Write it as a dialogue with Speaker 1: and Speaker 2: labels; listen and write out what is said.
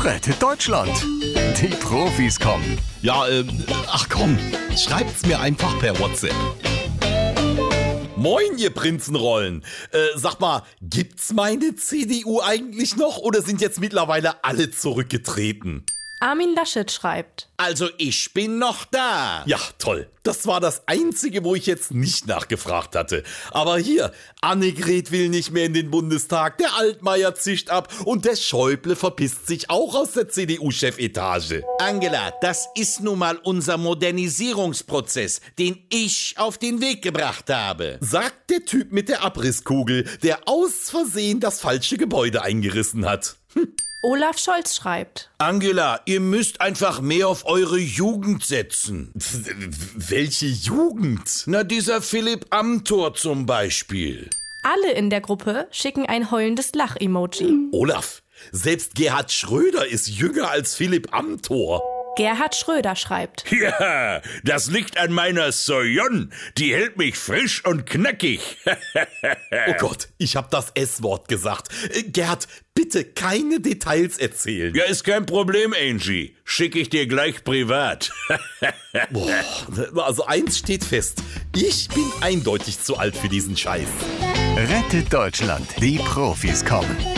Speaker 1: Rettet Deutschland. Die Profis kommen.
Speaker 2: Ja, ähm, ach komm, schreibt's mir einfach per WhatsApp.
Speaker 3: Moin, ihr Prinzenrollen. Äh, sag mal, gibt's meine CDU eigentlich noch oder sind jetzt mittlerweile alle zurückgetreten?
Speaker 4: Armin Laschet schreibt.
Speaker 2: Also ich bin noch da.
Speaker 3: Ja, toll. Das war das Einzige, wo ich jetzt nicht nachgefragt hatte. Aber hier, Annegret will nicht mehr in den Bundestag, der Altmaier zischt ab und der Schäuble verpisst sich auch aus der CDU-Chefetage.
Speaker 2: Angela, das ist nun mal unser Modernisierungsprozess, den ich auf den Weg gebracht habe.
Speaker 3: Sagt der Typ mit der Abrisskugel, der aus Versehen das falsche Gebäude eingerissen hat.
Speaker 4: Olaf Scholz schreibt.
Speaker 2: Angela, ihr müsst einfach mehr auf eure Jugend setzen.
Speaker 3: Pf, Welche Jugend?
Speaker 2: Na, dieser Philipp Amthor zum Beispiel.
Speaker 4: Alle in der Gruppe schicken ein heulendes Lach-Emoji.
Speaker 3: Olaf, selbst Gerhard Schröder ist jünger als Philipp Amthor.
Speaker 4: Gerhard Schröder schreibt.
Speaker 2: Ja, das liegt an meiner Soyon. Die hält mich frisch und knackig. Äh.
Speaker 3: Oh Gott, ich habe das S-Wort gesagt. Äh, Gerhard, bitte keine Details erzählen.
Speaker 2: Ja, ist kein Problem, Angie. Schicke ich dir gleich privat.
Speaker 3: Boah, also eins steht fest. Ich bin eindeutig zu alt für diesen Scheiß.
Speaker 1: Rettet Deutschland. Die Profis kommen.